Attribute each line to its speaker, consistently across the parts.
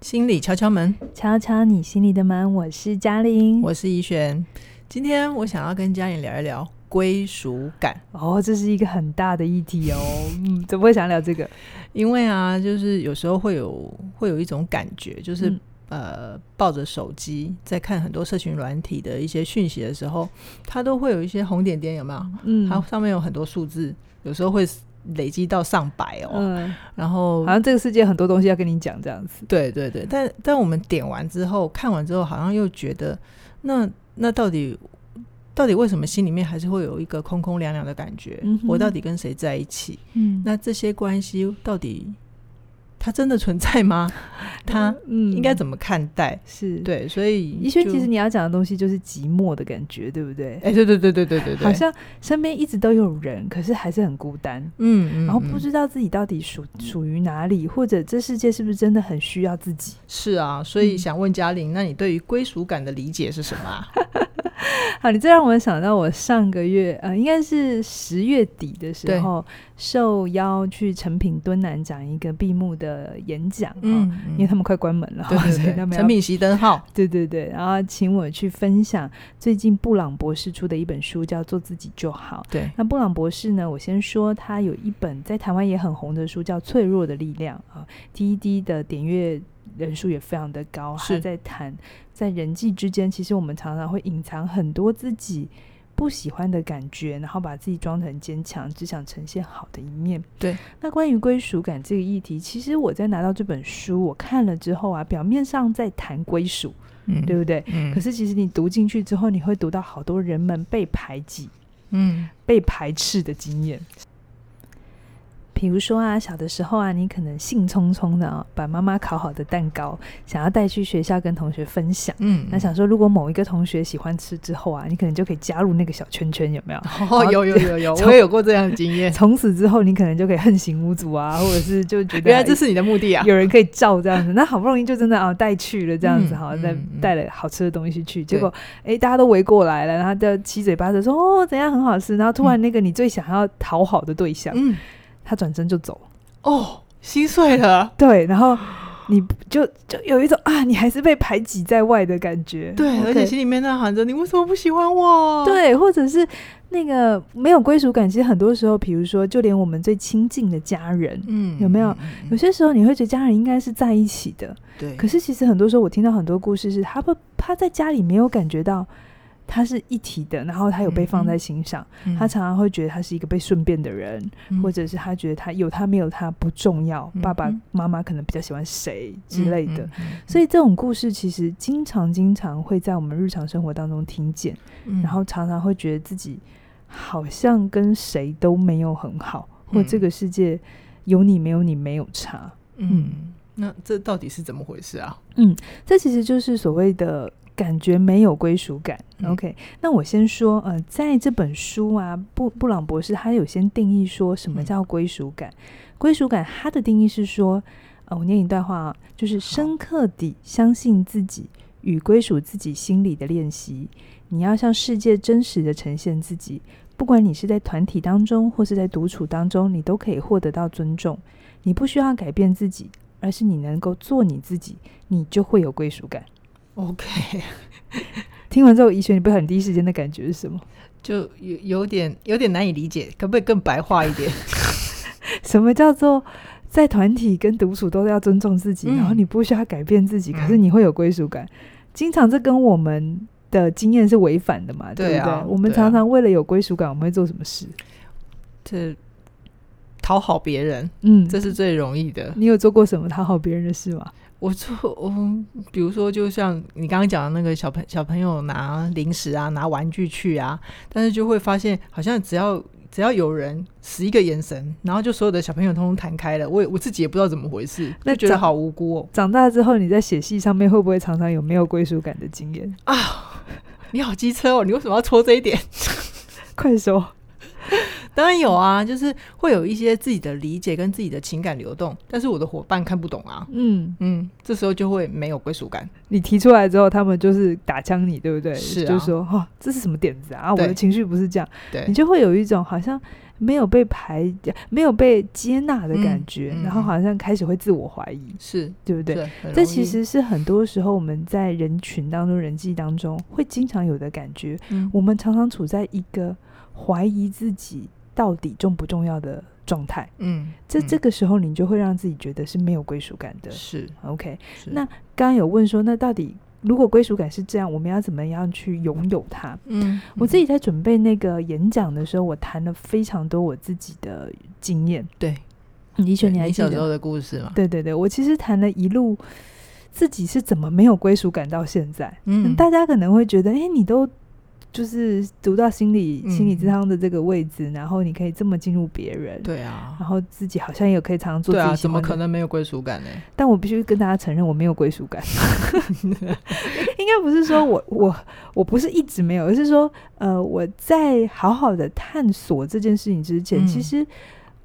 Speaker 1: 心理敲敲门，
Speaker 2: 敲敲你心里的门，我是嘉玲。
Speaker 1: 我是怡璇。今天我想要跟家人聊一聊归属感，
Speaker 2: 哦，这是一个很大的议题哦。嗯，怎么会想聊这个？
Speaker 1: 因为啊，就是有时候会有会有一种感觉，就是、
Speaker 2: 嗯
Speaker 1: 呃，抱着手机在看很多社群软体的一些讯息的时候，它都会有一些红点点，有没有？
Speaker 2: 嗯，
Speaker 1: 它上面有很多数字，有时候会累积到上百哦。
Speaker 2: 嗯，
Speaker 1: 然后
Speaker 2: 好像这个世界很多东西要跟你讲，这样子。
Speaker 1: 对对对，但但我们点完之后，看完之后，好像又觉得，那那到底到底为什么心里面还是会有一个空空凉凉的感觉？
Speaker 2: 嗯哼
Speaker 1: 我到底跟谁在一起？
Speaker 2: 嗯，
Speaker 1: 那这些关系到底它真的存在吗？它
Speaker 2: 嗯
Speaker 1: 应该怎么看待？
Speaker 2: 是？，
Speaker 1: 对，所以
Speaker 2: 一轩，
Speaker 1: 就
Speaker 2: 其实你要讲的东西就是寂寞的感觉，对不对？
Speaker 1: 哎，对对对对对对对，
Speaker 2: 好像身边一直都有人，可是还是很孤单，
Speaker 1: 嗯，嗯
Speaker 2: 然后不
Speaker 1: 嗯
Speaker 2: 知道自己到底属属于哪里，或者这世界是不是真的很需要自己？
Speaker 1: 是啊，所以
Speaker 2: 嗯
Speaker 1: 想问嘉玲，那你对于归属感的理解是什么 啊？
Speaker 2: 哦好，你这让我想到我上个月，呃，应该是十月底的时
Speaker 1: 对
Speaker 2: 候，受邀去成品敦南讲一个闭幕的演讲，嗯，
Speaker 1: 嗯，
Speaker 2: 因为他们快关门了，
Speaker 1: 对
Speaker 2: 所以
Speaker 1: 对
Speaker 2: 他
Speaker 1: 对，
Speaker 2: 们
Speaker 1: 成
Speaker 2: 要。
Speaker 1: 品熄灯号，
Speaker 2: 对对对，然后请我去分享最近布朗博士出的一本书，叫《做自己就好》。
Speaker 1: 对，
Speaker 2: 那布朗博士呢？我先说，他有一本在台湾也很红的书，叫《脆弱的力量》啊、t e d 的点阅人数也非常的高。他
Speaker 1: 是
Speaker 2: 在谈在人际之间，其实我们常常会隐藏很多自己不喜欢的感觉，然后把自己装得很坚强，只想呈现好的一面。
Speaker 1: 对。
Speaker 2: 那关于归属感这个议题，其实我在拿到这本书，我看了之后啊，表面上在谈归属，
Speaker 1: 嗯
Speaker 2: 对不对？
Speaker 1: 嗯
Speaker 2: 可是其实你读进去之后，你会读到好多人们被排挤。
Speaker 1: 嗯。
Speaker 2: 被排斥的经验。比如说啊，小的时候啊，你可能兴冲冲的、啊，把妈妈烤好的蛋糕想要带去学校跟同学分享。
Speaker 1: 嗯，
Speaker 2: 那想说，如果某一个同学喜欢吃之后啊，你可能就可以加入那个小圈圈，有没有？
Speaker 1: 哦，有有有 有，
Speaker 2: 从
Speaker 1: 我也有过这样的经验。
Speaker 2: 从此之后，你可能就可以横行无阻啊，或者是就觉 得哎
Speaker 1: 原来这是你的目的啊！
Speaker 2: 有人可以照这样子，那好不容易就真的啊带去了这样子
Speaker 1: 嗯
Speaker 2: 哈，
Speaker 1: 嗯
Speaker 2: 带
Speaker 1: 嗯
Speaker 2: 带了好吃的东西去，结
Speaker 1: 对
Speaker 2: 果哎大家都围过来了，然后就七嘴八舌说哦怎样很好吃，然后突然那个你最想要讨好的对象，
Speaker 1: 嗯，
Speaker 2: 他转身就走，
Speaker 1: 哦，心碎了。
Speaker 2: 对，然后你就就有一种啊你还是被排挤在外的感觉，
Speaker 1: 对，
Speaker 2: OK
Speaker 1: 而且心里面呐喊着：“你为什么不喜欢我？”，
Speaker 2: 对，或者是那个没有归属感，其实很多时候，比如说就连我们最亲近的家人。
Speaker 1: 嗯
Speaker 2: 有没有？有
Speaker 1: 嗯
Speaker 2: 些时候你会觉得家人应该是在一起的，
Speaker 1: 对，
Speaker 2: 可是其实很多时候，我听到很多故事是他不他在家里没有感觉到他是一体的，然后他有被放在心上，
Speaker 1: 嗯
Speaker 2: 他常常会觉得他是一个被顺便的人，
Speaker 1: 嗯
Speaker 2: 或者是他觉得他有他没有他不重要，
Speaker 1: 嗯
Speaker 2: 爸爸
Speaker 1: 嗯
Speaker 2: 妈妈可能比较喜欢谁之类的。，
Speaker 1: 嗯
Speaker 2: 所以这种故事其实经常经常会在我们日常生活当中听见，
Speaker 1: 嗯
Speaker 2: 然后常常会觉得自己好像跟谁都没有很好，或
Speaker 1: 嗯
Speaker 2: 这个世界有你没有你没有差。
Speaker 1: 嗯，那这到底是怎么回事啊？
Speaker 2: 这其实就是所谓的感觉没有归属感。
Speaker 1: 嗯
Speaker 2: OK，那我先说，呃，在这本书啊，布布朗博士他有先定义说什么
Speaker 1: 嗯
Speaker 2: 叫归属感。归属感它的定义是说，呃，我念一段话啊，就是深刻地相信自己与归属自己心理的练习。你要向世界真实的呈现自己，不管你是在团体当中或是在独处当中，你都可以获得到尊重。你不需要改变自己，而是你能够做你自己，你就会有归属感。
Speaker 1: OK，
Speaker 2: 听完之后，怡璇，你不很第一时间的感觉是什么？
Speaker 1: 就有有点有点难以理解，可不可以更白话一点？
Speaker 2: 什么叫做在团体跟独处都要尊重自己，
Speaker 1: 嗯
Speaker 2: 然后你不需要改变自己，
Speaker 1: 嗯
Speaker 2: 可是你会有归属感？经常这跟我们的经验是违反的嘛，
Speaker 1: 对啊
Speaker 2: 不对？我们
Speaker 1: 对啊
Speaker 2: 常常为了有归属感，我们会做什么事？
Speaker 1: 这讨好别人，
Speaker 2: 嗯，
Speaker 1: 这是最容易的。
Speaker 2: 你有做过什么讨好别人的事吗？
Speaker 1: 我做，嗯，比如说，就像你刚刚讲的那个小朋小朋友拿零食啊，拿玩具去啊，但是就会发现，好像只要只要有人使一个眼神，然后就所有的小朋友通通弹开了。我也我自己也不知道怎么回事，
Speaker 2: 那
Speaker 1: 就觉得
Speaker 2: 长
Speaker 1: 好无辜哦。
Speaker 2: 长大之后，你在写戏上面会不会常常有没有归属感的经验？
Speaker 1: 你好机车哦，你为什么要戳这一点？
Speaker 2: 快说，
Speaker 1: 当然有啊，就是会有一些自己的理解跟自己的情感流动，但是我的伙伴看不懂啊。
Speaker 2: 嗯，
Speaker 1: 嗯，这时候就会没有归属感。
Speaker 2: 你提出来之后，他们就是打枪你，对不对？
Speaker 1: 是啊
Speaker 2: 就说哦，这是什么点子啊？啊我
Speaker 1: 对
Speaker 2: 的情绪不是这样，
Speaker 1: 对
Speaker 2: 你就会有一种好像没有被排、没有被接纳的感觉，
Speaker 1: 嗯嗯
Speaker 2: 然后好像开始会自我怀疑，
Speaker 1: 是，
Speaker 2: 对不对？
Speaker 1: 是很
Speaker 2: 这
Speaker 1: 容
Speaker 2: 其
Speaker 1: 易
Speaker 2: 实是很多时候我们在人群当中、人际当中会经常有的感觉。
Speaker 1: 嗯
Speaker 2: 我们常常处在一个怀疑自己到底重不重要的状态，
Speaker 1: 嗯，
Speaker 2: 这
Speaker 1: 嗯
Speaker 2: 这个时候你就会让自己觉得是没有归属感的。
Speaker 1: 是
Speaker 2: OK，
Speaker 1: 是
Speaker 2: 那刚刚有问说，那到底如果归属感是这样，我们要怎么样去拥有它？
Speaker 1: 嗯，
Speaker 2: 我自
Speaker 1: 己
Speaker 2: 己在准备那个演讲的时候，我谈了非常多我自己的经验。
Speaker 1: 对，
Speaker 2: 的确，
Speaker 1: 对
Speaker 2: 你还
Speaker 1: 你
Speaker 2: 记
Speaker 1: 小时候
Speaker 2: 得？
Speaker 1: 的故事嘛，
Speaker 2: 对对对，我其实谈了一路自己是怎么没有归属感到现在。
Speaker 1: 嗯
Speaker 2: 大家可能会觉得，哎、你都就是读到心理、心理
Speaker 1: 嗯
Speaker 2: 智商的这个位置，然后你可以这么进入别人，
Speaker 1: 对啊，
Speaker 2: 然后自己好像也可以常常做
Speaker 1: 对
Speaker 2: 自己
Speaker 1: 啊，
Speaker 2: 喜
Speaker 1: 怎
Speaker 2: 欢
Speaker 1: 么
Speaker 2: 的
Speaker 1: 可？能没有归属感呢？
Speaker 2: 但我必须跟大家承认，我没有归属感。 应该不是说我我我不是一直没有，而是说，呃，我在好好的探索这件事情之前，
Speaker 1: 嗯
Speaker 2: 其实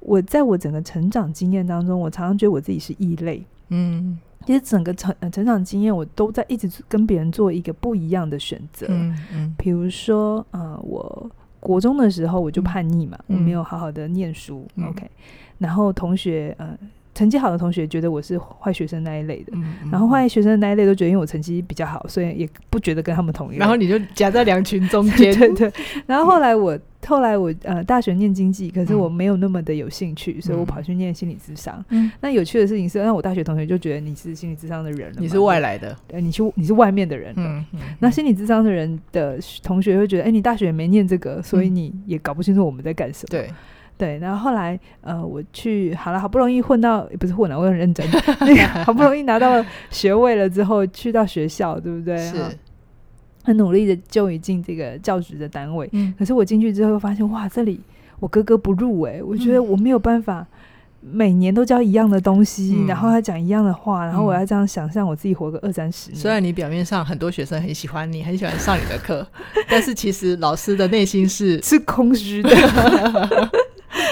Speaker 2: 我在我整个成长经验当中，我常常觉得我自己是异类。
Speaker 1: 嗯
Speaker 2: 其实整个成、呃、成长经验，我都在一直跟别人做一个不一样的选择。
Speaker 1: 嗯嗯
Speaker 2: 比如说，呃，我国中的时候我就叛逆嘛，
Speaker 1: 嗯
Speaker 2: 我没有好好的念书、
Speaker 1: 嗯
Speaker 2: o k 然后同学，呃，成绩好的同学觉得我是坏学生那一类的，
Speaker 1: 嗯，
Speaker 2: 然后
Speaker 1: 嗯
Speaker 2: 坏学生那一类都觉得因为我成绩比较好，所以也不觉得跟他们同一类。
Speaker 1: 然后你就夹在两群中
Speaker 2: 对
Speaker 1: 间，
Speaker 2: 对对，然后后来我后来我呃大学念经济，可是
Speaker 1: 嗯
Speaker 2: 我没有那么的有兴趣，所以我
Speaker 1: 嗯
Speaker 2: 跑去念心理咨商。
Speaker 1: 嗯
Speaker 2: 那有趣的事情是，那我大学同学就觉得你是心理咨商的人了嘛，
Speaker 1: 你是外来的，
Speaker 2: 呃，你去你是外面的人了。
Speaker 1: 嗯，嗯
Speaker 2: 那心理智商的人的同学会觉得，哎、你大学也没念这个，所
Speaker 1: 嗯
Speaker 2: 以你也搞不清楚我们在干什么。
Speaker 1: 对，
Speaker 2: 对，然后后来呃，我去好了，好不容易混到，也不是混了，我很认真，那个好不容易拿到 学位了之后，去到学校，对不对？啊
Speaker 1: 是，
Speaker 2: 很努力的就已进这个教职的单位。
Speaker 1: 嗯
Speaker 2: 可是我进去之后发现，哇，这里我格格不入哎、我觉得
Speaker 1: 嗯
Speaker 2: 我没有办法。每年都教一样的东西，
Speaker 1: 嗯
Speaker 2: 然后他讲一样的话，然后我
Speaker 1: 嗯
Speaker 2: 要这样想象我自己活个二三十年。，
Speaker 1: 虽然你表面上很多学生很喜欢你，很喜欢上你的课， 但是其实老师的内心是
Speaker 2: 是空 虚的。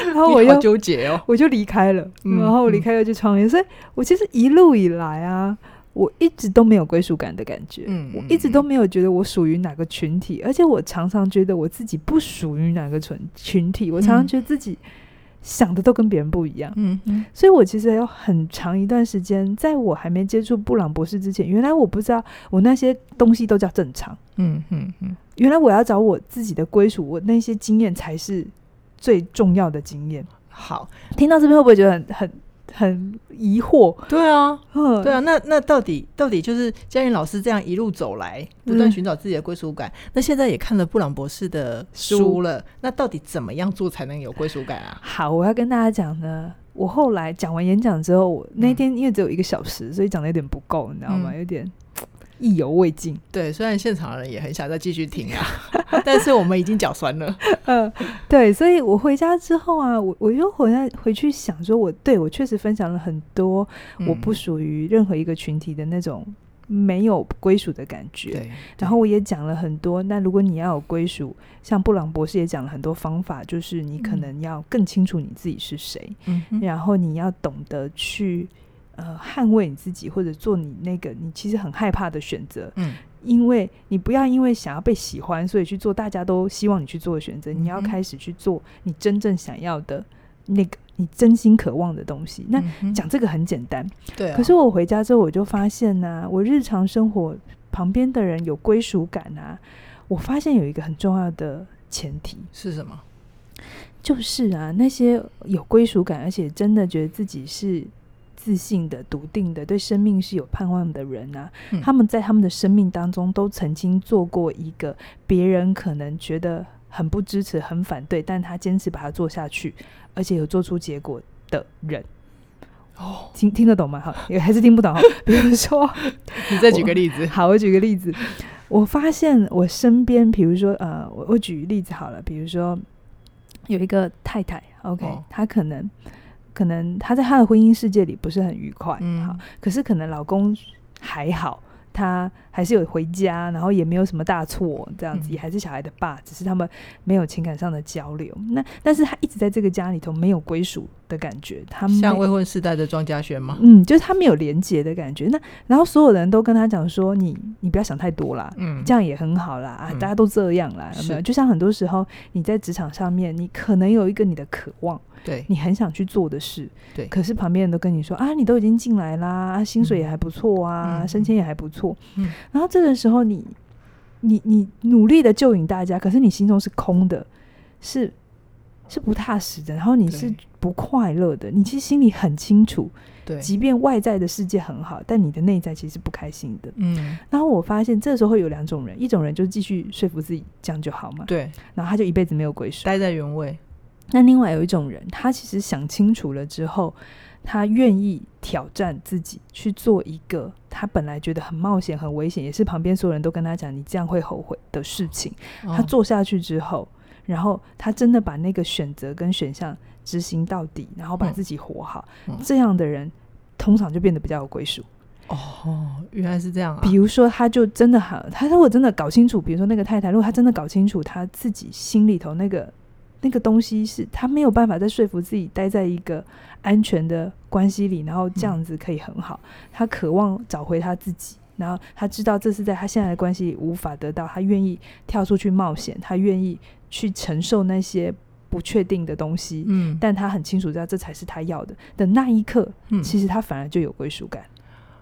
Speaker 2: 然后我
Speaker 1: 你好
Speaker 2: 又
Speaker 1: 纠结哦，
Speaker 2: 我就离开了，
Speaker 1: 嗯
Speaker 2: 然后我离开又去创业，所以我其实一路以来啊，我一直都没有归属感的感觉，
Speaker 1: 嗯
Speaker 2: 我一直都没有觉得我属于哪个群体，而且我常常觉得我自己不属于哪个群群体，我常常
Speaker 1: 嗯
Speaker 2: 觉得自己想的都跟别人不一样。
Speaker 1: 嗯嗯
Speaker 2: 所以我其实有很长一段时间，在我还没接触布朗博士之前，原来我不知道我那些东西都叫正常。
Speaker 1: 嗯嗯嗯，
Speaker 2: 原来我要找我自己的归属，我那些经验才是最重要的经验。
Speaker 1: 好，
Speaker 2: 听到这边会不会觉得很很很疑惑？
Speaker 1: 对啊，
Speaker 2: 嗯，
Speaker 1: 对啊，那那到底到底就是嘉玲老师这样一路走来，不断
Speaker 2: 嗯
Speaker 1: 寻找自己的归属感。那现在也看了布朗博士的
Speaker 2: 书
Speaker 1: 书了，那到底怎么样做才能有归属感啊？
Speaker 2: 好，我要跟大家讲呢，我后来讲完演讲之后，我那天因为只有一个小时，所以讲的有点不够，你知道吗？
Speaker 1: 嗯
Speaker 2: 有点嘖意犹未尽。
Speaker 1: 对，虽然现场的人也很想再继续听 啊，但是我们已经脚酸了。
Speaker 2: 嗯， 对，所以我回家之后啊，我我又回来回去想说我，对我确实分享了很多我不
Speaker 1: 嗯
Speaker 2: 属于任何一个群体的那种没有归属的感觉。
Speaker 1: 对，
Speaker 2: 然后我也讲了很多。那如果你要有归属，像布朗博士也讲了很多方法，就是你可
Speaker 1: 嗯
Speaker 2: 能要更清楚你自己是谁，
Speaker 1: 嗯哼
Speaker 2: 然后你要懂得去呃捍卫你自己，或者做你那个你其实很害怕的选择，
Speaker 1: 嗯
Speaker 2: 因为你不要因为想要被喜欢，所以去做大家都希望你去做的选择，你要
Speaker 1: 嗯哼
Speaker 2: 开始去做你真正想要的那个你真心渴望的东西。那
Speaker 1: 嗯哼
Speaker 2: 讲这个很简单，
Speaker 1: 对啊，
Speaker 2: 可是我回家之后，我就发现呢、我日常生活旁边的人有归属感啊，我发现有一个很重要的前提，
Speaker 1: 是什么？
Speaker 2: 就是啊，那些有归属感，而且真的觉得自己是自信的、笃定的，对生命是有盼望的人啊，
Speaker 1: 嗯
Speaker 2: 他们在他们的生命当中都曾经做过一个别人可能觉得很不支持、很反对，但他坚持把它做下去，而且有做出结果的人。
Speaker 1: 哦，
Speaker 2: 听听得懂吗？好，也还是听不懂哈。 比如说，
Speaker 1: 你再举个例子。
Speaker 2: 好，我举个例子，我发现我身边，比如说，呃，我我举例子好了，比如说有一个太太，OK，、
Speaker 1: 哦
Speaker 2: 她可能可能她在她的婚姻世界里不是很愉快，
Speaker 1: 嗯
Speaker 2: 好，可是可能老公还好，他还是有回家，然后也没有什么大错，这样
Speaker 1: 嗯
Speaker 2: 子、也还是小孩的爸，只是他们没有情感上的交流。那但是他一直在这个家里头没有归属的感觉，他没
Speaker 1: 像未婚世代的庄家轩吗？
Speaker 2: 嗯，就是他没有连结的感觉。那然后所有人都跟他讲说，你你不要想太多啦，
Speaker 1: 嗯，
Speaker 2: 这样也很好啦，啊，
Speaker 1: 嗯
Speaker 2: 大家都这样啦，有没有？
Speaker 1: 是
Speaker 2: 就像很多时候你在职场上面，你可能有一个你的渴望，
Speaker 1: 对，
Speaker 2: 你很想去做的事，
Speaker 1: 对
Speaker 2: 可是旁边人都跟你说啊，你都已经进来啦，啊，薪水
Speaker 1: 嗯
Speaker 2: 也还不错啊，
Speaker 1: 嗯
Speaker 2: 升迁也还不错，
Speaker 1: 嗯
Speaker 2: 然后这个时候你你你努力的救引大家，可是你心中是空的，是是不踏实的，然后你是
Speaker 1: 对
Speaker 2: 不快乐的，你其实心里很清楚，
Speaker 1: 对，
Speaker 2: 即便外在的世界很好，但你的内在其实是不开心的。
Speaker 1: 嗯，
Speaker 2: 然后我发现这时候会有两种人，一种人就继续说服自己这样就好嘛，
Speaker 1: 对，
Speaker 2: 然后他就一辈子没有归属。
Speaker 1: 待在原位，
Speaker 2: 那另外有一种人，他其实想清楚了之后，他愿意挑战自己去做一个他本来觉得很冒险、很危险，也是旁边所有人都跟他讲你这样会后悔的事情。他
Speaker 1: 哦
Speaker 2: 做下去之后，然后他真的把那个选择跟选项执行到底，然后把
Speaker 1: 嗯
Speaker 2: 自己活好，
Speaker 1: 嗯
Speaker 2: 这样的人通常就变得比较有归属。
Speaker 1: 哦，原来是这样啊，
Speaker 2: 比如说，他就真的很，他如果真的搞清楚，比如说那个太太，如果他真的搞清楚他自己心里头那个那个东西是，他没有办法再说服自己待在一个安全的关系里，然后这样子可以很
Speaker 1: 嗯
Speaker 2: 好，他渴望找回他自己。然后他知道这是在他现在的关系里无法得到，他愿意跳出去冒险，他愿意去承受那些不确定的东西，
Speaker 1: 嗯，
Speaker 2: 但他很清楚知道这才是他要的。的那一刻，
Speaker 1: 嗯
Speaker 2: 其实他反而就有归属感。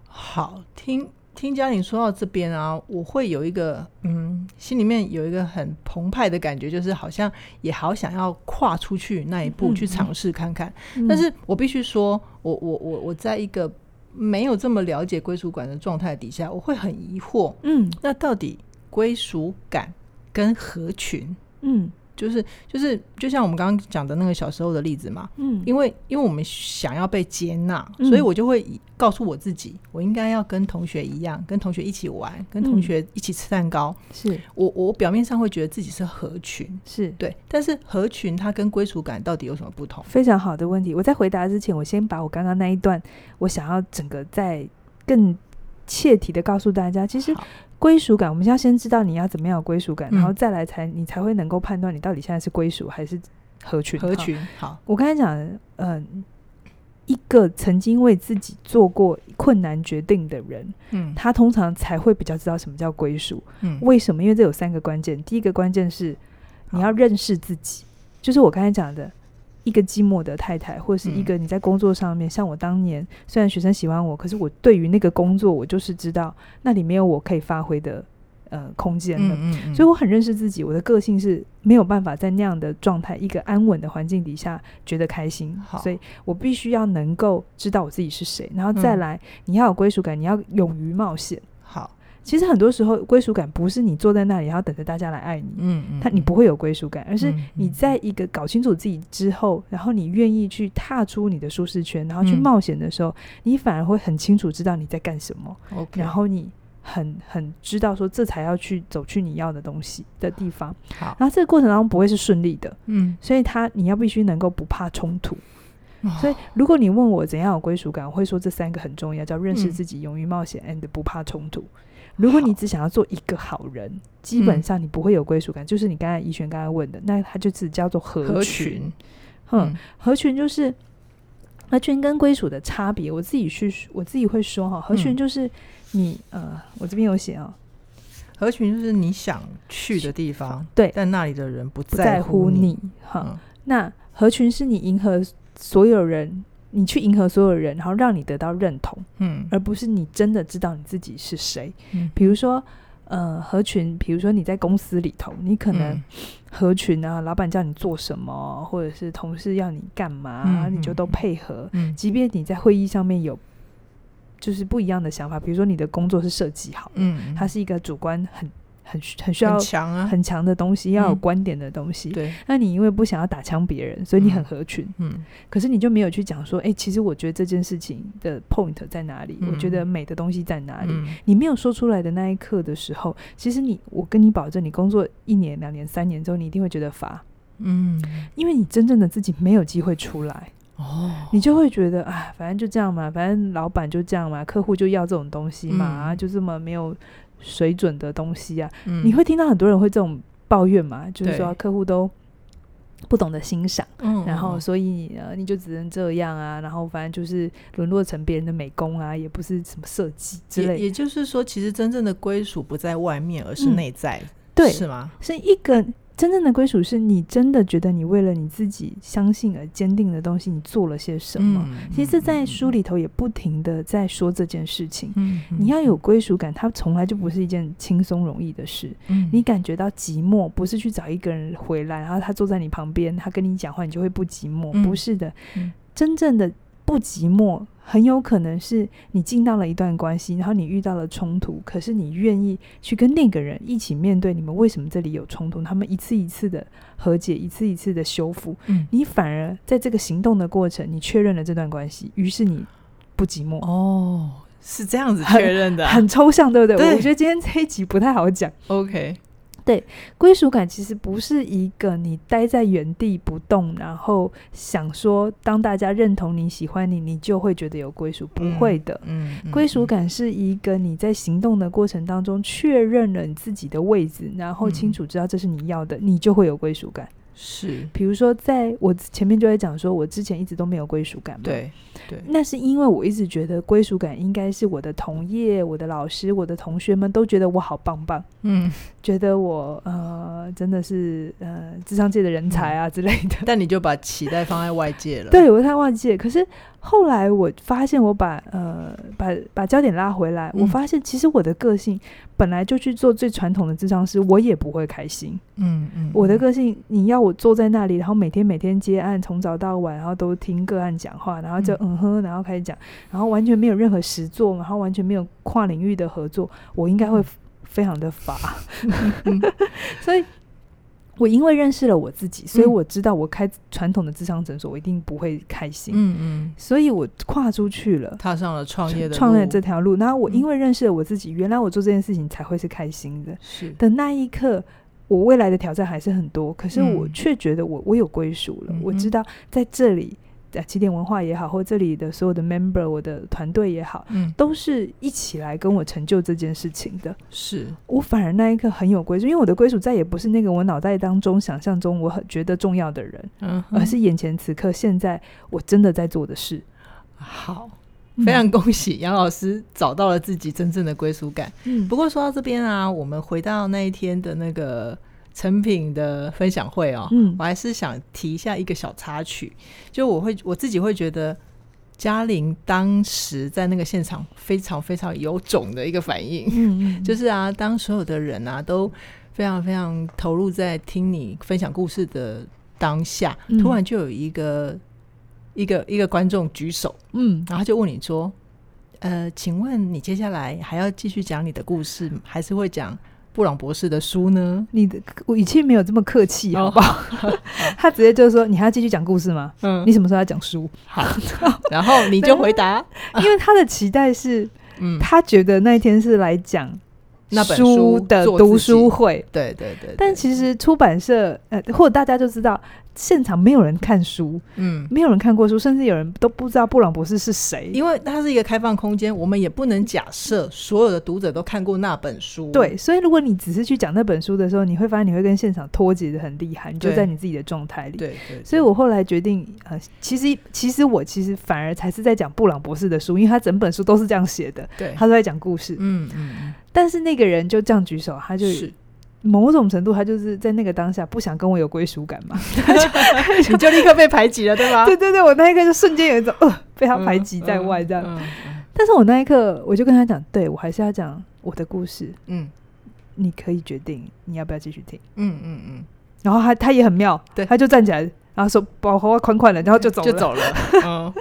Speaker 1: 好，听听嘉玲说到这边啊，我会有一个嗯，心里面有一个很澎湃的感觉，就是好像也好想要跨出去那一步
Speaker 2: 嗯
Speaker 1: 去
Speaker 2: 嗯
Speaker 1: 尝试看看。
Speaker 2: 嗯
Speaker 1: 但是我必须说，我我我我在一个没有这么了解归属感的状态底下，我会很疑惑，
Speaker 2: 嗯
Speaker 1: 那到底归属感跟合群，
Speaker 2: 嗯
Speaker 1: 就是就是就像我们刚刚讲的那个小时候的例子嘛，
Speaker 2: 嗯，
Speaker 1: 因为因为我们想要被接纳，
Speaker 2: 嗯
Speaker 1: 所以我就会以告诉我自己，我应该要跟同学一样，跟同学一起玩，跟
Speaker 2: 嗯
Speaker 1: 同学一起吃蛋糕。
Speaker 2: 是
Speaker 1: 我我表面上会觉得自己是合群，
Speaker 2: 是
Speaker 1: 对，但是合群它跟归属感到底有什么不同？
Speaker 2: 非常好的问题。我在回答之前，我先把我刚刚那一段，我想要整个再更切题的告诉大家，其实
Speaker 1: 好
Speaker 2: 归属感，我们要先知道你要怎么样有归属感，
Speaker 1: 嗯
Speaker 2: 然后再来才你才会能够判断你到底现在是归属还是合群。
Speaker 1: 合
Speaker 2: 哈
Speaker 1: 群好，
Speaker 2: 我刚才讲，嗯、一个曾经为自己做过困难决定的人，
Speaker 1: 嗯
Speaker 2: 他通常才会比较知道什么叫归属。
Speaker 1: 嗯
Speaker 2: 为什么？因为这有三个关键。第一个关键是你要认识自己，就是我刚才讲的，一个寂寞的太太，或是
Speaker 1: 嗯
Speaker 2: 一个你在工作上面，像我当年，虽然学生喜欢我，可是我对于那个工作，我就是知道那里没有我可以发挥的呃空间的。
Speaker 1: 嗯嗯
Speaker 2: 所以我很认识自己，我的个性是没有办法在那样的状态、一个安稳的环境底下觉得开心
Speaker 1: 好，
Speaker 2: 所以我必须要能够知道我自己是谁，然后再
Speaker 1: 嗯
Speaker 2: 来，你要有归属感，你要勇于冒险。
Speaker 1: 好，
Speaker 2: 其实很多时候，归属感不是你坐在那里，然后等着大家来爱你，
Speaker 1: 嗯嗯，
Speaker 2: 他你不会有归属感，而是
Speaker 1: 嗯
Speaker 2: 你
Speaker 1: 嗯
Speaker 2: 在一个搞清楚自己之后，然后你愿意去踏出你的舒适圈，然后去
Speaker 1: 嗯
Speaker 2: 冒险的时候，你反而会很清楚知道你在干什么，
Speaker 1: OK，
Speaker 2: 然后你很很知道说这才要去走去你要的东西的地方。
Speaker 1: 好，
Speaker 2: 然后这个过程当中不会是顺利的，
Speaker 1: 嗯，
Speaker 2: 所以他你要必须能够不怕冲突。所以，如果你问我怎样有归属感，我会说这三个很重要，叫认识自己、勇于冒险，and 不怕冲突。如果你
Speaker 1: 好
Speaker 2: 只想要做一个好人，基本上你不会有归属感。就是你刚才怡璇刚才问的，那它就只叫做合
Speaker 1: 合
Speaker 2: 群。
Speaker 1: 群，
Speaker 2: 嗯，合群就是合群跟归属的差别。我自己去，我自己会说哈，合群
Speaker 1: 嗯
Speaker 2: 就是你、呃，我这边有写啊，
Speaker 1: 合群就是你想去的地方，
Speaker 2: 对
Speaker 1: 但那里的人不
Speaker 2: 不在乎
Speaker 1: 乎
Speaker 2: 你哈。
Speaker 1: 嗯
Speaker 2: 那合群是你迎合所有人，你去迎合所有人，然后让你得到认同。
Speaker 1: 嗯
Speaker 2: 而不是你真的知道你自己是谁。
Speaker 1: 嗯
Speaker 2: 比如说，呃，合群，比如说你在公司里头，你可能
Speaker 1: 嗯
Speaker 2: 合群啊，老板叫你做什么，或者是同事要你干嘛，
Speaker 1: 嗯
Speaker 2: 你就都
Speaker 1: 嗯
Speaker 2: 配合。
Speaker 1: 嗯
Speaker 2: 即便你在会议上面有就是不一样的想法，比如说你的工作是设计好，
Speaker 1: 嗯，
Speaker 2: 它是一个主观很很很需
Speaker 1: 很
Speaker 2: 要
Speaker 1: 强啊，
Speaker 2: 很强的东西，要有
Speaker 1: 嗯
Speaker 2: 观点的东西。
Speaker 1: 对，
Speaker 2: 那你因为不想要打枪别人，所以你很
Speaker 1: 嗯
Speaker 2: 合群。
Speaker 1: 嗯
Speaker 2: 可是你就没有去讲说，哎、其实我觉得这件事情的 point 在哪里？我觉得
Speaker 1: 嗯
Speaker 2: 美的东西在哪里？
Speaker 1: 嗯
Speaker 2: 你没有说出来的那一刻的时候，其实你，我跟你保证，你工作一年、两年、三年之后，你一定会觉得乏，
Speaker 1: 嗯
Speaker 2: 因为你真正的自己没有机会出来。
Speaker 1: 哦，
Speaker 2: 你就会觉得啊，反正就这样嘛，反正老板就这样嘛，客户就要这种东西嘛，啊
Speaker 1: 嗯
Speaker 2: 就这么没有水准的东西啊。
Speaker 1: 嗯
Speaker 2: 你会听到很多人会这种抱怨嘛，就是
Speaker 1: 对
Speaker 2: 说客户都不懂得欣赏，
Speaker 1: 嗯
Speaker 2: 然后
Speaker 1: 嗯
Speaker 2: 所以呃你就只能这样啊，然后反正就是沦落成别人的美工啊，也不是什么设计之
Speaker 1: 也
Speaker 2: 类的。
Speaker 1: 也就是说，其实真正的归属不在外面，而是
Speaker 2: 嗯
Speaker 1: 内在，
Speaker 2: 对，
Speaker 1: 是吗？
Speaker 2: 是一个真正的归属，是你真的觉得你为了你自己相信而坚定的东西，你做了些什么。
Speaker 1: 嗯
Speaker 2: 其实，在书，里头也不停的在说这件事情。
Speaker 1: 嗯，嗯
Speaker 2: 你要有，归属感，它从来就不是一件轻松容易的事。
Speaker 1: 嗯
Speaker 2: 你感觉到寂寞，不是去找一个人回来，然后他坐在你旁边，他跟你讲话，你就会不寂寞。
Speaker 1: 嗯
Speaker 2: 不是的，
Speaker 1: 嗯
Speaker 2: 真正的不寂寞，很有可能是你进到了一段关系，然后你遇到了冲突，可是你愿意去跟那个人一起面对，你们为什么这里有冲突？他们一次一次的和解，一次一次的修复，
Speaker 1: 嗯
Speaker 2: 你反而在这个行动的过程，你确认了这段关系，于是你不寂寞。
Speaker 1: 哦，是这样子
Speaker 2: 很
Speaker 1: 确认的啊
Speaker 2: 很抽象，对不对？
Speaker 1: 对
Speaker 2: 我觉得今天这一集不太好讲。
Speaker 1: ，OK，
Speaker 2: 归属感其实不是一个你待在原地不动，然后想说当大家认同你、喜欢你，你就会觉得有归属，不
Speaker 1: 嗯
Speaker 2: 会的。
Speaker 1: 嗯，嗯
Speaker 2: 归属，感是一个你在行动的过程当中确认了你自己的位置，然后清
Speaker 1: 嗯
Speaker 2: 楚知道这是你要的，你就会有归属感。
Speaker 1: 嗯是
Speaker 2: 比如说，在我前面就在讲说，我之前一直都没有归属感嘛，
Speaker 1: 对，对，
Speaker 2: 那是因为我一直觉得归属感应该是我的同业、我的老师、我的同学们都觉得我好棒棒，
Speaker 1: 嗯，
Speaker 2: 觉得我呃真的是呃智商界的人才啊之类的。
Speaker 1: 但你就把期待放在外界了，
Speaker 2: 对，我太忘记了。可是后来我发现，我把呃把把焦点拉回来，我
Speaker 1: 嗯
Speaker 2: 发现其实我的个性本来就去做最传统的智商师，我也不会开心。
Speaker 1: 嗯，嗯嗯，
Speaker 2: 我的个性，你要我坐在那里，然后每天每天接案，从早到晚，然后都听个案讲话，然后就
Speaker 1: 嗯
Speaker 2: 嗯哼，然后开始讲，然后完全没有任何实作，然后完全没有跨领域的合作，我应该会
Speaker 1: 嗯
Speaker 2: 非常的乏。 所以，我因为认识了我自己，所以
Speaker 1: 嗯
Speaker 2: 我知道我开传统的智商诊所，我一定不会开心，
Speaker 1: 嗯嗯，
Speaker 2: 所以我跨出去了。
Speaker 1: 踏上了创业的
Speaker 2: 创业
Speaker 1: 路
Speaker 2: 这条路，然后我
Speaker 1: 嗯
Speaker 2: 因为认识了我自己，原来我做这件事情才会是开心的。
Speaker 1: 是
Speaker 2: 的那一刻，我未来的挑战还是很多，可是我
Speaker 1: 嗯
Speaker 2: 却觉得我我有归属了，
Speaker 1: 嗯哼
Speaker 2: 我知道在这里，呃，起点文化也好，或这里的所有的 member，我的团队也好，
Speaker 1: 嗯
Speaker 2: 都是一起来跟我成就这件事情的。
Speaker 1: 是，
Speaker 2: 我反而那一刻很有归属，因为我的归属再也不是那个我脑袋当中想象中我很觉得重要的人，
Speaker 1: 嗯哼，
Speaker 2: 而是眼前此刻现在我真的在做的事。
Speaker 1: 好。非
Speaker 2: 嗯
Speaker 1: 常恭喜杨老师找到了自己真正的归属感。
Speaker 2: 嗯，
Speaker 1: 不过说到这边啊，我们回到那一天的那个成品的分享会哦，
Speaker 2: 嗯
Speaker 1: 我还是想提一下一个小插曲，就我会我自己会觉得。嘉玲当时在那个现场非常非常有种的一个反应，
Speaker 2: 嗯 嗯，
Speaker 1: 就是是啊，当所有的人啊都非常非常投入在听你分享故事的当下，
Speaker 2: 嗯
Speaker 1: 突然就有一个一个一个观众举手，
Speaker 2: 嗯
Speaker 1: 然后他就问你说：“呃，请问你接下来还要继续讲你的故事，还是会讲布朗博士的书呢
Speaker 2: 你的我语气没有这么客气，
Speaker 1: 哦
Speaker 2: 好 不好？他直接就说：“你还要继续讲故事吗？”？”
Speaker 1: 嗯
Speaker 2: 你，什么时候要讲书？
Speaker 1: 好。然后你就回答
Speaker 2: 因为他的期待是，：“
Speaker 1: 啊嗯，
Speaker 2: 他觉得那一天是来讲
Speaker 1: 那本
Speaker 2: 书的
Speaker 1: 做
Speaker 2: 读
Speaker 1: 自己
Speaker 2: 书会，
Speaker 1: 对对对。对”
Speaker 2: 但其实出版社呃，或者大家就知道，现场没有人看书，
Speaker 1: 嗯。
Speaker 2: 没有人看过书，甚至有人都不知道布朗博士是谁。
Speaker 1: 因为它是一个开放空间，我们也不能假设所有的读者都看过那本书。
Speaker 2: 对，所以如果你只是去讲那本书的时候，你会发现你会跟现场脱节的很厉害，你就
Speaker 1: 对
Speaker 2: 在你自己的状态里。
Speaker 1: 对对，
Speaker 2: 所以我后来决定，呃，其实其实我其实反而才是在讲布朗博士的书，因为他整本书都是这样写的，
Speaker 1: 对，
Speaker 2: 他都在讲故事。
Speaker 1: 嗯嗯嗯，，
Speaker 2: 但是那个人就这样举手，他就是某种程度，他就是在那个当下不想跟我有归属感嘛。
Speaker 1: 你就立刻被排挤了，对吧？
Speaker 2: 对对对，我那一刻就瞬间有一种呃被他
Speaker 1: 啊嗯
Speaker 2: 排挤在外这样。
Speaker 1: 嗯嗯
Speaker 2: 但是我那一刻我就跟他讲，对我还是要讲我的故事，
Speaker 1: 嗯
Speaker 2: 你可以决定你要不要继续听。
Speaker 1: 嗯嗯嗯，
Speaker 2: 然后他他也很妙，
Speaker 1: 对
Speaker 2: 他就站起来，然后手把头发款款的，然后就走了。
Speaker 1: 就走 了。嗯，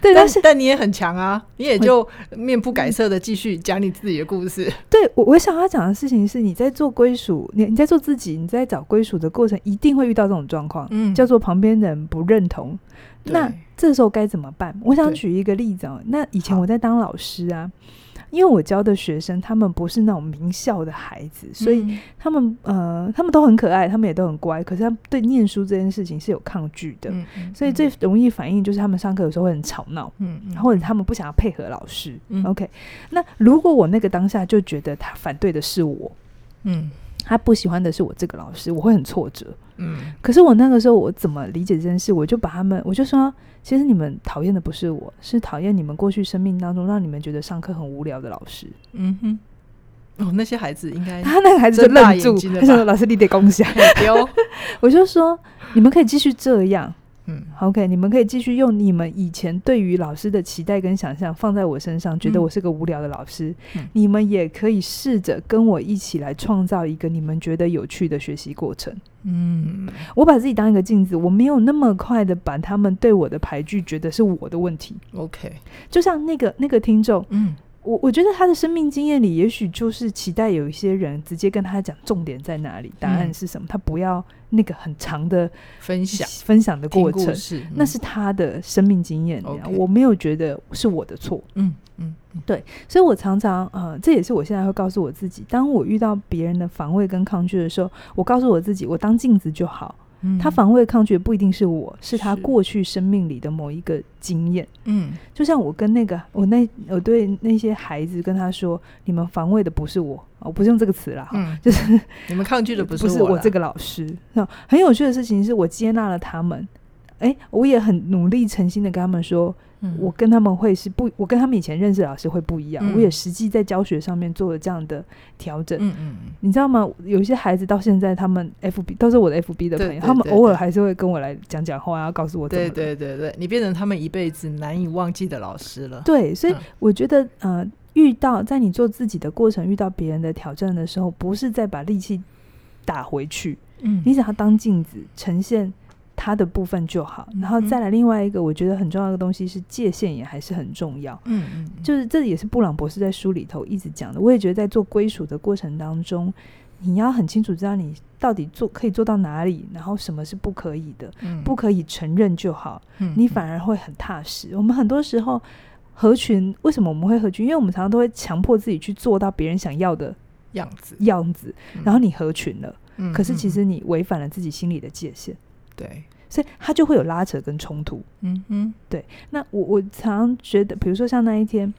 Speaker 2: 对， 但
Speaker 1: 但
Speaker 2: 是
Speaker 1: 但你也很强啊，你也就面不改色的继续讲你自己的故 事。
Speaker 2: 对我我想要讲的事情是，你在做归属，你你在做自己，你在找归属的过程，一定会遇到这种状况，
Speaker 1: 嗯
Speaker 2: 叫做旁边人不认同。那
Speaker 1: 对
Speaker 2: 这时候该怎么办？我想
Speaker 1: 对
Speaker 2: 举一个例子哦。那以前
Speaker 1: 好
Speaker 2: 我在当老师啊，因为我教的学生他们不是那种名校的孩子，所以
Speaker 1: 嗯
Speaker 2: 他们呃，他们都很可爱，他们也都很乖，可是他们对念书这件事情是有抗拒的，
Speaker 1: 嗯嗯
Speaker 2: 所以最容易反映就是他们上课有时候会很吵闹。
Speaker 1: 嗯，嗯
Speaker 2: 或者他们不想要配合老师、
Speaker 1: 嗯
Speaker 2: o k 那如果我那个当下就觉得他反对的是我，
Speaker 1: 嗯
Speaker 2: 他不喜欢的是我这个老师，我会很挫折。
Speaker 1: 嗯
Speaker 2: 可是我那个时候我怎么理解这件事？我就把他们，我就说，其实你们讨厌的不是我，是讨厌你们过去生命当中让你们觉得上课很无聊的老师。
Speaker 1: 嗯哼，哦，那些孩子应 该
Speaker 2: 他那个孩子就
Speaker 1: 睁大
Speaker 2: 愣住，
Speaker 1: 眼睛了
Speaker 2: 他说：“
Speaker 1: 吧
Speaker 2: 老师，你得共享。
Speaker 1: 很丢，”
Speaker 2: 我就说：“你们可以继续这样
Speaker 1: 嗯
Speaker 2: ，OK？你们可以继续用你们以前对于老师的期待跟想象放在我身上，觉得
Speaker 1: 嗯
Speaker 2: 我是个无聊的老师。
Speaker 1: 嗯
Speaker 2: 你们也可以试着跟我一起来创造一个你们觉得有趣的学习过程。”
Speaker 1: 嗯
Speaker 2: 我把自己当一个镜子，我没有那么快的把他们对我的排拒觉得是我的问题。
Speaker 1: ，OK，
Speaker 2: 就像那个那个听众，
Speaker 1: 嗯
Speaker 2: 我我觉得他的生命经验里，也许就是期待有一些人直接跟他讲重点在哪里，答案是什么，他不要那个很长的
Speaker 1: 嗯分享
Speaker 2: 分享的
Speaker 1: 听
Speaker 2: 过
Speaker 1: 故
Speaker 2: 程，
Speaker 1: 事，嗯
Speaker 2: 那是他的生命经验。
Speaker 1: OK
Speaker 2: 我没有觉得是我的错，
Speaker 1: 嗯嗯嗯
Speaker 2: 所以我常常呃，这也是我现在会告诉我自己，当我遇到别人的防卫跟抗拒的时候，我告诉我自己，我当镜子就好。
Speaker 1: 嗯，
Speaker 2: 他防卫抗拒不一定是我，是他
Speaker 1: 是
Speaker 2: 过去生命里的某一个经验。
Speaker 1: 嗯
Speaker 2: 就像我跟那个我那我对那些孩子跟他说，你们防卫的不是我，哦我不是用这个词啦，哈
Speaker 1: 嗯，
Speaker 2: 就是
Speaker 1: 你们抗拒的
Speaker 2: 不
Speaker 1: 是
Speaker 2: 是我
Speaker 1: 啦
Speaker 2: 这个老师。那很有趣的事情是我接纳了他们，哎，我也很努力诚心的跟他们说，
Speaker 1: 嗯
Speaker 2: 我跟他们会是不，我跟他们以前认识的老师会不一样，
Speaker 1: 嗯
Speaker 2: 我也实际在教学上面做了这样的调整。
Speaker 1: 嗯嗯嗯
Speaker 2: 你知道吗？有一些孩子到现在，他们 FB 都是我的 FB 的朋
Speaker 1: 对对
Speaker 2: 友，他们
Speaker 1: 对
Speaker 2: 偶尔
Speaker 1: 对
Speaker 2: 还是会跟我来讲讲话，要告诉我怎
Speaker 1: 对
Speaker 2: 么了
Speaker 1: 对对对，你变成他们一辈子难以忘记的老师了。
Speaker 2: 对所以
Speaker 1: 嗯
Speaker 2: 我觉得、呃，遇到在你做自己的过程遇到别人的挑战的时候，不是再把力气打回去，
Speaker 1: 嗯
Speaker 2: 你只要当镜子呈现。他的部分就好，然后
Speaker 1: 嗯哼
Speaker 2: 再来另外一个，我觉得很重要的东西是界限也还是很重要。
Speaker 1: 嗯嗯嗯
Speaker 2: 就是这也是布朗博士在书里头一直讲的。我也觉得在做归属的过程当中，你要很清楚知道你到底做可以做到哪里，然后什么是不可以的，
Speaker 1: 嗯
Speaker 2: 不可以承认就好，
Speaker 1: 嗯
Speaker 2: 你
Speaker 1: 嗯
Speaker 2: 反而会很踏实。我们很多时候。合群为什么我们会合群？因为我们常常都会强迫自己去做到别人想要的
Speaker 1: 样子，
Speaker 2: 样子，
Speaker 1: 嗯
Speaker 2: 然后你合群了，
Speaker 1: 嗯
Speaker 2: 可是其
Speaker 1: 嗯
Speaker 2: 实你违反了自己心里的界限，
Speaker 1: 对，
Speaker 2: 所以它就会有拉扯跟冲突。
Speaker 1: 嗯嗯
Speaker 2: 那我我常觉得，比如说像那一天，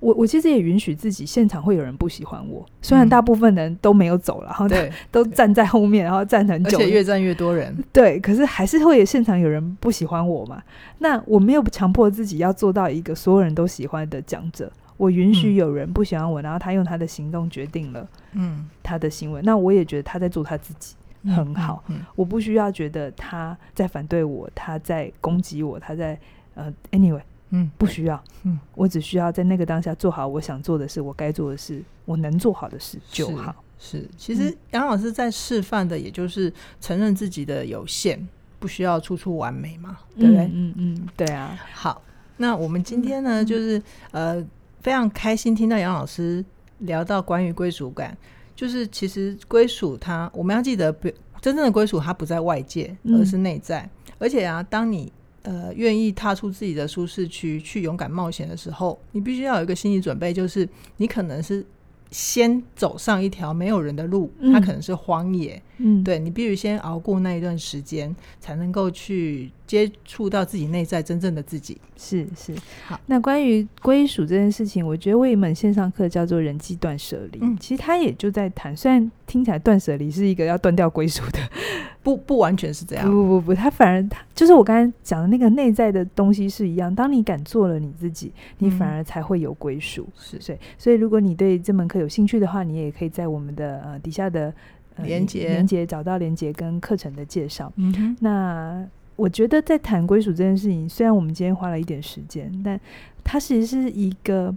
Speaker 2: 我我其实也允许自己现场会有人不喜欢我，虽然
Speaker 1: 嗯
Speaker 2: 大部分人都没有走了，然 后
Speaker 1: 对，
Speaker 2: 都站在后面，然后站很
Speaker 1: 而
Speaker 2: 久，
Speaker 1: 且越战越多人，
Speaker 2: 对，可是还是会有现场有人不喜欢我嘛。那我没有强迫自己要做到一个所有人都喜欢的讲者，我允许
Speaker 1: 嗯
Speaker 2: 有人不喜欢我，然后他用他的行动决定了
Speaker 1: 嗯，
Speaker 2: 他的行为，那我也觉得他在做他自己。
Speaker 1: 嗯
Speaker 2: 很好，
Speaker 1: 嗯嗯
Speaker 2: 我不需要觉得他在反对我，他在攻击我，他在呃，anyway，
Speaker 1: 嗯
Speaker 2: 不需要，
Speaker 1: 嗯，
Speaker 2: 我只需要在那个当下做好我想做的事，我该做的事，我能做好的事就是好。
Speaker 1: 是，其实杨老师在示范的，也就是承认自己的有限，不需要处处完美嘛，对不对？
Speaker 2: 嗯嗯嗯，对啊，
Speaker 1: 好，那我们今天呢，
Speaker 2: 嗯
Speaker 1: 就是呃，非常开心听到杨老师聊到关于归属感，就是其实归属它，我们要记得不，真正的归属它不在外界，
Speaker 2: 嗯
Speaker 1: 而是内在。而且啊，当你呃愿意踏出自己的舒适区，去勇敢冒险的时候，你必须要有一个心理准备，就是你可能是。先走上一条没有人的路，它
Speaker 2: 嗯
Speaker 1: 可能是荒野，
Speaker 2: 嗯，
Speaker 1: 对你必须先熬过那一段时间，才能够去接触到自己内在真正的自己。
Speaker 2: 是是。
Speaker 1: 好，
Speaker 2: 那关于归属这件事情，我觉得我有一门线上课叫做人际断舍离，
Speaker 1: 嗯
Speaker 2: 其实它也就在谈，虽然听起来断舍离是一个要断掉归属的，
Speaker 1: 不不完全是这
Speaker 2: 不
Speaker 1: 样，
Speaker 2: 不不不，它反而它就是我刚才讲的那个内在的东西是一样，当你敢做了你自己，你反
Speaker 1: 嗯
Speaker 2: 而才会有归属。
Speaker 1: 是
Speaker 2: 所以，所以如果你对这门课有兴趣的话，你也可以在我们的呃底下的呃
Speaker 1: 连结
Speaker 2: 连接找到连接跟课程的介绍。
Speaker 1: 嗯哼，
Speaker 2: 那我觉得在谈归属这件事情，虽然我们今天花了一点时间，但它其实是一个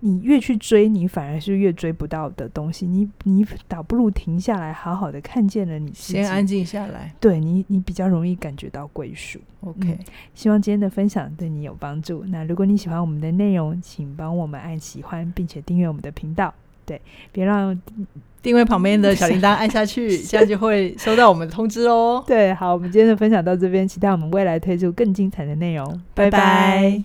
Speaker 2: 你越去追，你反而是越追不到的东西。你你倒不如停下来，好好的看见了你自己，
Speaker 1: 先安静下来。
Speaker 2: 对你，你比较容易感觉到归属。
Speaker 1: OK，、
Speaker 2: 希望今天的分享对你有帮助。那如果你喜欢我们的内容，请帮我们按喜欢，并且订阅我们的频道。对，别让
Speaker 1: 定位旁边的小铃铛按下 去，这样就会收到我们的通知哦。
Speaker 2: 对。好，我们今天的分享到这边，期待我们未来推出更精彩的内容。
Speaker 1: 拜拜
Speaker 2: 拜